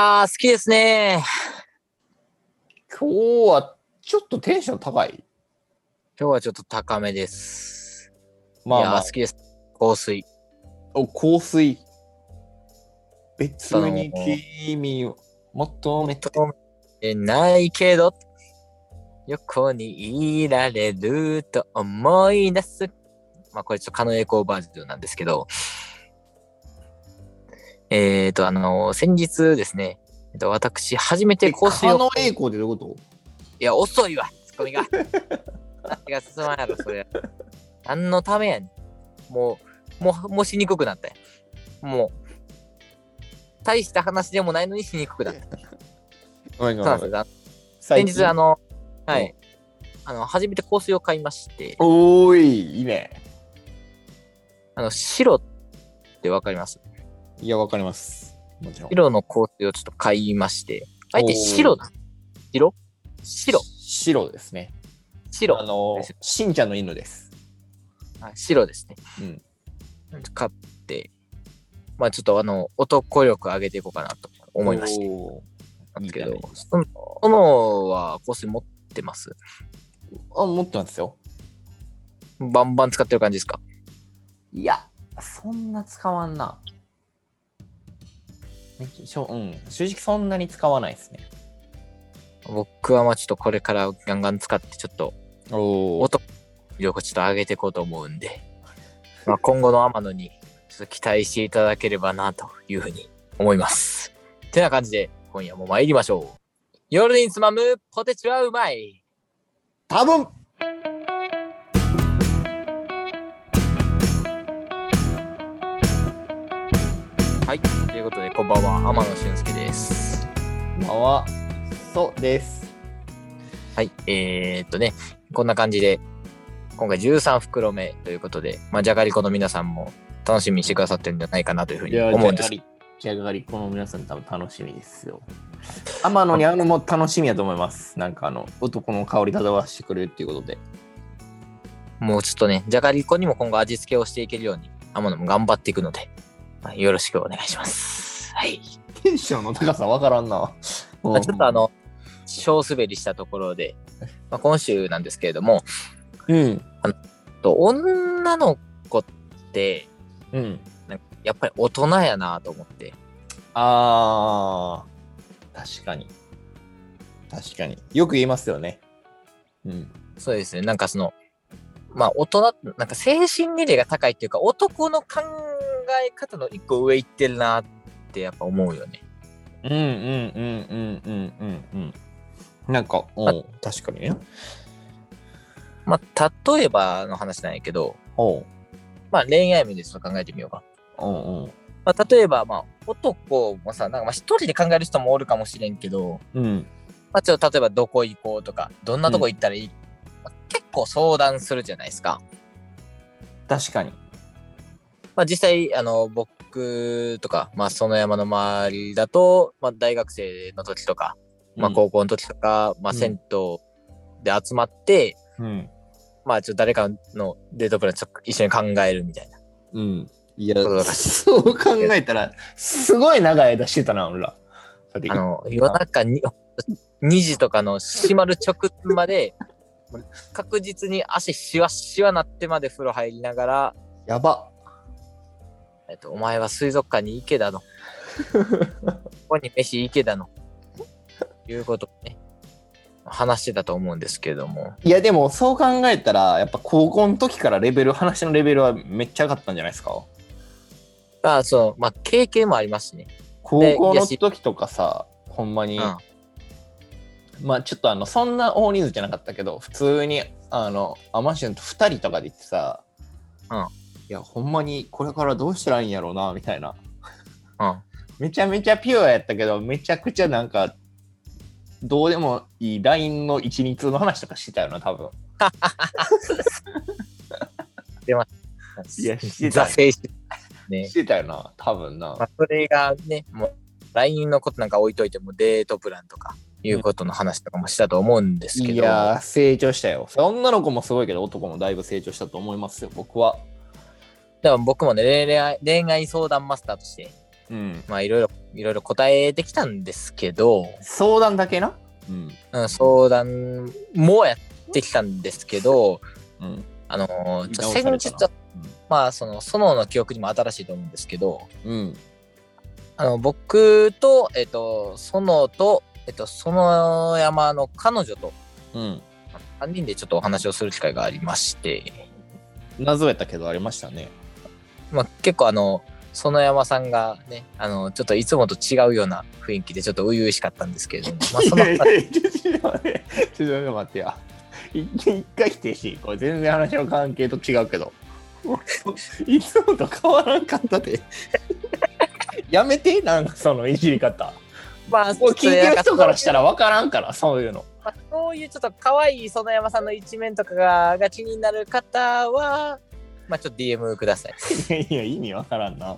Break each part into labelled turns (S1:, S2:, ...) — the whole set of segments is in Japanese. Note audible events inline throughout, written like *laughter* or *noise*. S1: あー、好きですね。
S2: 今日はちょっとテンション高い。
S1: 今日はちょっと高めです。
S2: まあ、
S1: い
S2: ま
S1: や
S2: あ
S1: ー、好きです。香水。
S2: お香水。別に君を求めて。
S1: 求めてないけど、横にいられると思い出す。まあ、これちょっとカノエコーバージョンなんですけど、えっ、ー、と、あの、先日ですね、えっと私、初めて香水
S2: 狩
S1: を
S2: 野英孝ってどういうこ
S1: いや、遅いわ、ツッコミが。話が進まんやろ、それ。何のためやねん。もう、もう、もうしにくくなったよ。もう、大した話でもないのにしにくくなった。
S2: とごめん
S1: そう
S2: ごめ
S1: なんん
S2: ご
S1: で
S2: め
S1: す
S2: ん
S1: よ。
S2: 最
S1: 先
S2: 近
S1: 日、あの、はい。あの、初めて香水を買いまして、
S2: おーい、いいね。
S1: あの、白ってわかります
S2: いや、わかります。もちろん。
S1: 白の香水をちょっと買いまして、あえて白だ。白白
S2: 白ですね。あ
S1: 白
S2: の、しんちゃんの犬です。
S1: あ白ですね。
S2: うん。
S1: 買って、まあちょっとあの、男力上げていこうかなと思いまして。
S2: お
S1: な
S2: ー
S1: んで
S2: いい
S1: すけ
S2: じゃ
S1: ど
S2: ないです
S1: そ
S2: か
S1: の炎は香水持ってます
S2: あ、持ってますよ。
S1: バンバン使ってる感じですか
S2: いや、そんな使わんな。ねしょうん、正直そんなに使わないですね。
S1: 僕はまあちょっとこれからガンガン使ってちょっと
S2: お
S1: 音力ちょっと上げていこうと思うんで、まあ、今後の天野にちょっと期待していただければなというふうに思います。てな感じで今夜も参りましょう。夜につまむポテチはうまい
S2: 多分
S1: はい、ということでこんばんは天野俊介です。
S2: まは、そうです。
S1: はい、えー、っとね、こんな感じで、今回13袋目ということで、まあ、じゃがりこの皆さんも楽しみにしてくださってるんじゃないかなというふう
S2: い
S1: に
S2: や、
S1: 思うんで
S2: じゃが
S1: す。
S2: り、じゃがりこの皆さん多分楽しみですよ。天野に会うのも楽しみやと思います。なんかあの、男の香り漂わしてくれるっていうことで。
S1: もうちょっとね、じゃがりこにも今後味付けをしていけるように、天野も頑張っていくので、まあ、よろしくお願いします。はい。
S2: テンションの高さわからんな。
S1: まあちょっとあ
S2: の、
S1: の、小滑りしたところで、まあ、今週なんですけれども、
S2: うん。
S1: と女の子って、
S2: うん。
S1: なんかやっぱり大人やなと思って、
S2: あー、確かに。確かに。よく言いますよね。うん。
S1: そうですね。なんかその、まあ大人、なんか精神年齢が高いっていうか、男の考え方の一個上行ってるなってやっぱ思うよね。
S2: うんうんうんうんうんうんうん。なんか、うん、確かにね。
S1: まあ例えばの話なんやけど、
S2: おう
S1: まあ恋愛面でちょっと考えてみようか。
S2: おう
S1: まあ例えばまあ男もさ、なんかまあ一人で考える人もおるかもしれんけど、
S2: おう。うん。
S1: まあちょっと例えばどこ行こうとか、どんなとこ行ったらいい、まあ結構相談するじゃないですか。
S2: 確かに。
S1: まあ、実際、あの、僕とか、まあ、園山の周りだと、まあ、大学生の時とか、まあ、高校の時とか、まあ、
S2: うん
S1: 銭湯で集まって、
S2: うん。うん。
S1: まあ、ちょっと誰かのデートプランちょっと一緒に考えるみたいな。
S2: うん。いや
S1: そう、だ
S2: そう考えたら、すごい長い間してたな、俺ら。さて
S1: あの、夜中に、2時とかの閉まる直前まで、確実に足しわしわなってまで風呂入りながら、
S2: やば。
S1: えっと、お前は水族館に行けだの。ここに飯行けだの。いうことをね、話してたと思うんですけれども。
S2: いや、でも、そう考えたら、やっぱ高校の時からレベル、話のレベルはめっちゃ上がったんじゃないですか。
S1: まあ、その、まあ、経験もありますしね。
S2: 高校
S1: い
S2: の
S1: やし
S2: 時とかさ、ほんま
S1: う
S2: に、
S1: ん。あ
S2: まあちょっとあの、そんな大人数じゃなかったけど、普通に、あの、アマシュンと2人とかで行ってさ、
S1: うん
S2: いや、ほんまにこれからどうしたらいいんやろうな、みたいな。
S1: うん
S2: めちゃめちゃピュアやったけど、めちゃくちゃなんか、どうでもいい LINE の一日の話とかしてたよな、多分。いやしてた
S1: ザ・青春。ね
S2: し。てたよな、多分な
S1: ま。あ、それがね、もう、LINE のことなんか置いといても、デートプランとか、いうことの話とかもしたと思うんですけど。
S2: いやー、成長したよ。女の子もすごいけど、男もだいぶ成長したと思いますよ、僕は。
S1: でも僕もね、恋愛恋愛相談マスターとして、
S2: うん。
S1: まあいろいろ、いろいろ答えてきたんですけど、
S2: 相談だけな。うん。
S1: うん、相談もやってきたんですけど、
S2: うん。
S1: あのー、ちょっと
S2: 見
S1: 先
S2: 直
S1: 日
S2: されたな、
S1: まあその、そのの記憶にも新しいと思うんですけど、
S2: うん。
S1: あの、僕と、えっと、そのと、えっと、その山の彼女と、
S2: うん。
S1: 3人でちょっとお話をする機会がありまして、
S2: 謎やったけどありましたね。
S1: まあ、結構あの園山さんがねあのちょっといつもと違うような雰囲気でちょっと初々しかったんですけれども、まあ、その
S2: いやいやいやちょっと待ってちょっと待ってや。一一回否定していいこれ全然話の関係と違うけど。いつもと変わらんかったで。やめて、なんかそのいじり方。
S1: まあ
S2: もう聞いてる人からした
S1: ら
S2: ら分からんから、そういうの。
S1: そういうちょっと可愛い園山さんの一面とかがが気になる方は、まあ、ちょっと DM ください *laughs*
S2: いやいや、意味分からんな。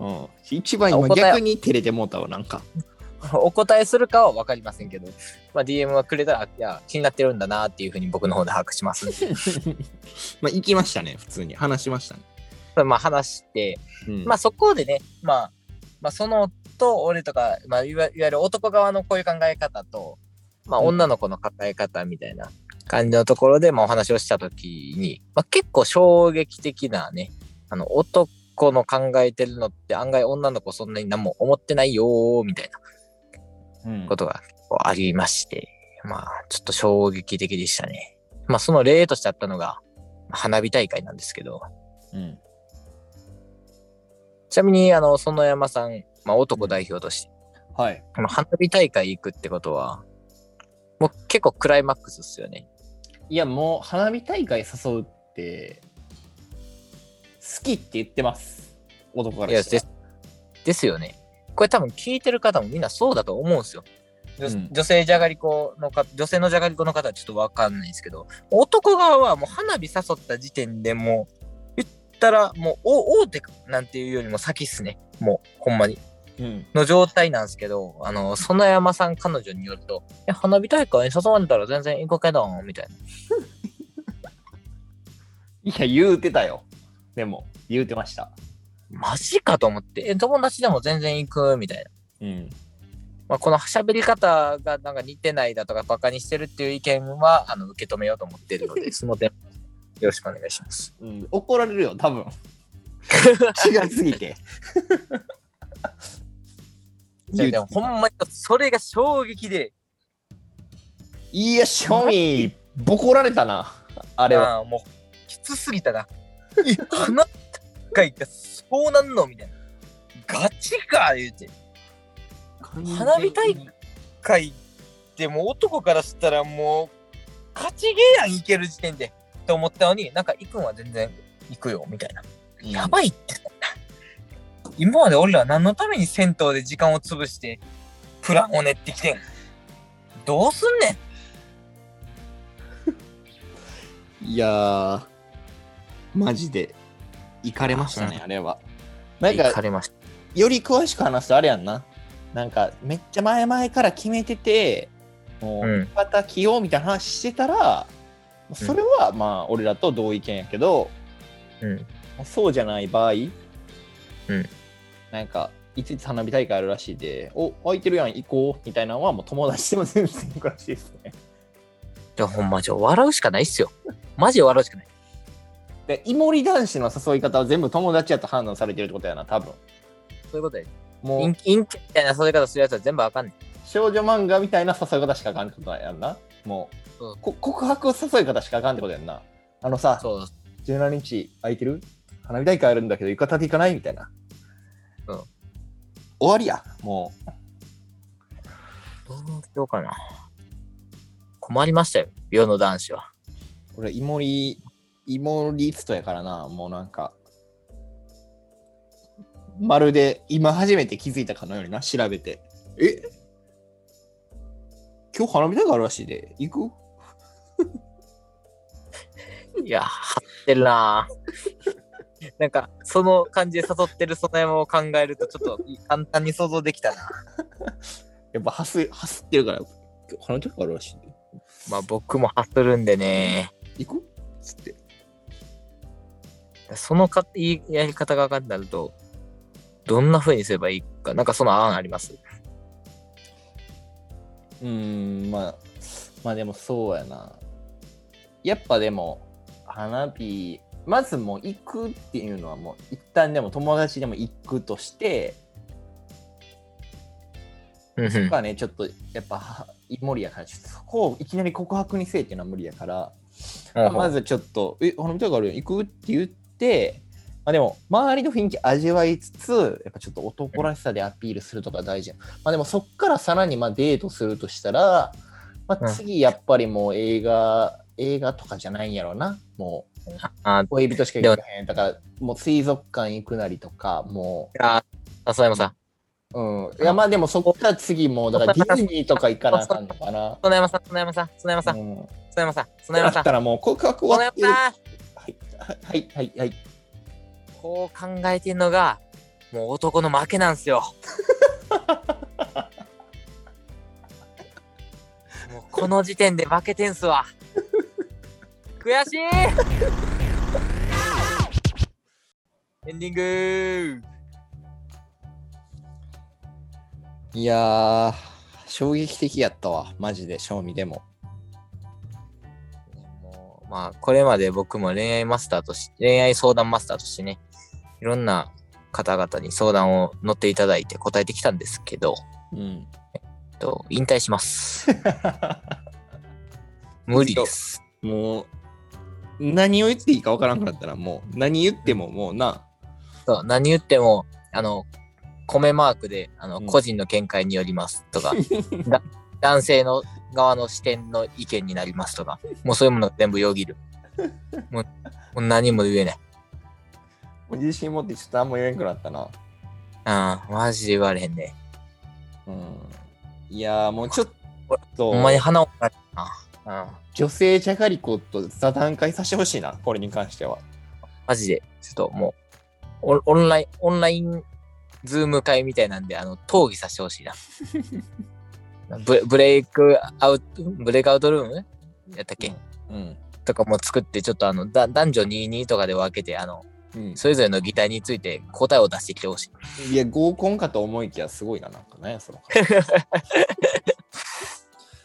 S2: うん。一番
S1: あお
S2: 今
S1: 答え
S2: 逆に照れてもうたわ、なんか。
S1: お答えするかは分かりませんけど、まあ、DM はくれたらいや気になってるんだなっていうふうに僕の方で把握しますんで
S2: まあ、行きましたね、普通に。話しましたね。
S1: まあ話して、
S2: うん
S1: まあ、そこでね、まあ、まあそのと俺とか、まあ、いわいわゆる男側のこういう考え方と、まあ、
S2: うん
S1: 女の子の考え方みたいな感じのところで、まあ、お話をした時に、まあ、結構衝撃的なねあの男の考えてるのって案外女の子そんなに何も思ってないよーみたいな
S2: うん
S1: ことが結構ありましてまあちょっと衝撃的でしたね。まあその例としてあったのが花火大会なんですけど、
S2: うん
S1: ちなみにあの園山さん、まあ、男代表として
S2: はい。
S1: この花火大会行くってことは、もう結構クライマックスっすよね。
S2: いや、もう花火大会誘うって、好きって言ってます。男か
S1: いや
S2: らして
S1: で。ですよね。これ多分聞いてる方もみんなそうだと思うんですよ。女
S2: うん
S1: 女性じゃがりこのか女性のじゃがりこの方はちょっとわかんないですけど、男側はもう花火誘った時点でもう、言ったらもうお大手なんていうよりも先っすね。もうほんまに。
S2: うん。
S1: の状態なんですけど、あの、園山さん彼女によると、いや花火大会に誘われたら全然行こうけど、みたいな。
S2: いや、言うてたよ。でも、言うてました。
S1: マジかと思って、え、友達でも全然行く、みたいな。
S2: うん。
S1: まあ、この喋り方がなんか似てないだとかバカにしてるっていう意見はあの受け止めようと思っている
S2: *laughs*
S1: のでその点よろしくお願いします。
S2: うん、怒られるよ、多分。違いすぎ *laughs* て。
S1: いやでもほんまにそれが衝撃で
S2: いや、賞味、ボコられたな。あ
S1: あ
S2: れは。
S1: もうきつすぎたな。え花火がそうなんのみたいな。ガチか言うて。花火大会ってもう男からしたらもう勝ちゲーやんいける時点でと思ったのになんか行くんは全然行くよみたいな。やばいって。今まで俺らは何のために銭湯で時間を潰してプランを練ってきてん。どうすんねん
S2: いやー、マジで、行かれましたね、あれは。なんか、
S1: れました。
S2: より詳しく話すとあれやんな。なんか、めっちゃ前々から決めてて、も
S1: う、
S2: うんまた着ようみたいな話してたら、それはまあ、俺らと同意見やけど、
S1: うん。
S2: そうじゃない場合、
S1: うん
S2: なんか、いついつ花火大会あるらしいで、お、空いてるやん、行こうみたいなのは、もう友達でも全然行くらしいですね。
S1: じゃあほんまじゃあ笑うしかないっすよ。マジで笑うしかない。
S2: で、イモリ男子の誘い方は全部友達やと判断されてるってことやな、多分。
S1: そういうことで。
S2: も
S1: 陰
S2: う、
S1: 陰キャみたいなそういう方するやつは全部あかんねん。
S2: 少女漫画みたいな誘い方しかあかんってことやんな。もう、
S1: うん
S2: こ告白を誘い方しかあかんってことやんな。あのさ、
S1: そう。
S2: 17日空いてる花火大会あるんだけど、浴衣で行かないみたいな。
S1: うん
S2: 終わりや、もう。
S1: どうしようかな。困りましたよ。世の男子は。
S2: 俺、イモリ、イモリストやからな、もうなんか、まるで今初めて気づいたかのようにな、調べて。え今日花火大会あるらしいで、行く
S1: いや、張ってるな *laughs* ぁなんか、その感じで誘ってる園山を考えると、ちょっと簡単に想像できたな。
S2: やっぱハス、ハスってるから、今日花火大会あるらしいで。
S1: まあ僕もハスるんでね、
S2: 行くつって。
S1: そのかいいやり方が分かんなると、どんな風にすればいいか、なんかその案あります
S2: うーんまあまあでもそうやなやっぱでも花火まずもう行くっていうのはもう一旦でも友達でも行くとして
S1: うんうん
S2: まあねちょっとやっぱは無理やからちょっとそこをいきなり告白にせえっていうのは無理やから、 *laughs* まずちょっと「え花火大会あるよ行く?」って言って、まあ、でも周りの雰囲気味わいつつやっぱちょっと男らしさでアピールするとか大事やまあでもそっからさらにまあデートするとしたら、ま
S1: う
S2: あ、
S1: ん
S2: 次やっぱりもう映画、映画とかじゃないんやろうなもう
S1: あ
S2: 恋人しか行かへんだからもう水族館行くなりとかも
S1: じゃあ、笹山さん。
S2: ううんいやまあでもそっから次もうだからディズニーとか行かなあかんのかな。
S1: 園山さん、園山さん、園山さん、
S2: うん、
S1: 園山さん、園
S2: だ
S1: 山
S2: っ
S1: さん、
S2: たらもう告白
S1: 園
S2: 終わってる。
S1: 山さん。
S2: はいはいはいはい。
S1: こう考えてんのが、もう男の負けなん *laughs* すよ。もうこの時点で負けてんすわ。悔しいエンディング
S2: いやー、衝撃的やったわ、マジで、賞味でも。
S1: もうまあ、これまで僕も恋愛マスターとし、恋愛相談マスターとしてね、いろんな方々に相談を乗っていただいて答えてきたんですけど、
S2: うん。 *laughs*
S1: えっと引退し *laughs* ます。無理です。
S2: もう、何を言っていいかわからんくなったら、もう、何言ってももうな、
S1: そう何言ってもあの米マークであの、
S2: うん
S1: 個人の見解によります
S2: *laughs*
S1: とかだ男性の側の視点の意見になりますとかもうそういうもの全部よぎるもうもう何も言えない
S2: 自信持ってちょっとあんま言えんくなったな。
S1: ああマジで言われへんね
S2: うん。いやー、もうちょっと、
S1: ほんまに鼻をかれたなうん
S2: 女性じゃがりこと座談会させてほしいな、これに関しては。
S1: マジでちょっともうオンオンラインオンラインズーム会みたいなんであの討議させてほしいな
S2: *laughs*
S1: ブレブレイクアウトブレイクアウトルームやったっけ、
S2: うん。
S1: とかも作って、ちょっとあの、だ男女22とかで分けて、あの、
S2: うん、
S1: それぞれの議題について答えを出してきてほしい。
S2: いや、合コンかと思いきや、すごいな、なんかね、その。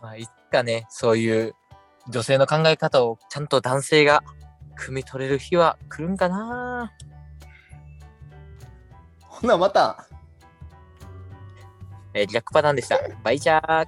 S1: まあ、いつかね、そういう女性の考え方をちゃんと男性が汲み取れる日は来るんかな
S2: *laughs* ほな、また
S1: えー、逆パターンでした。バイチャー。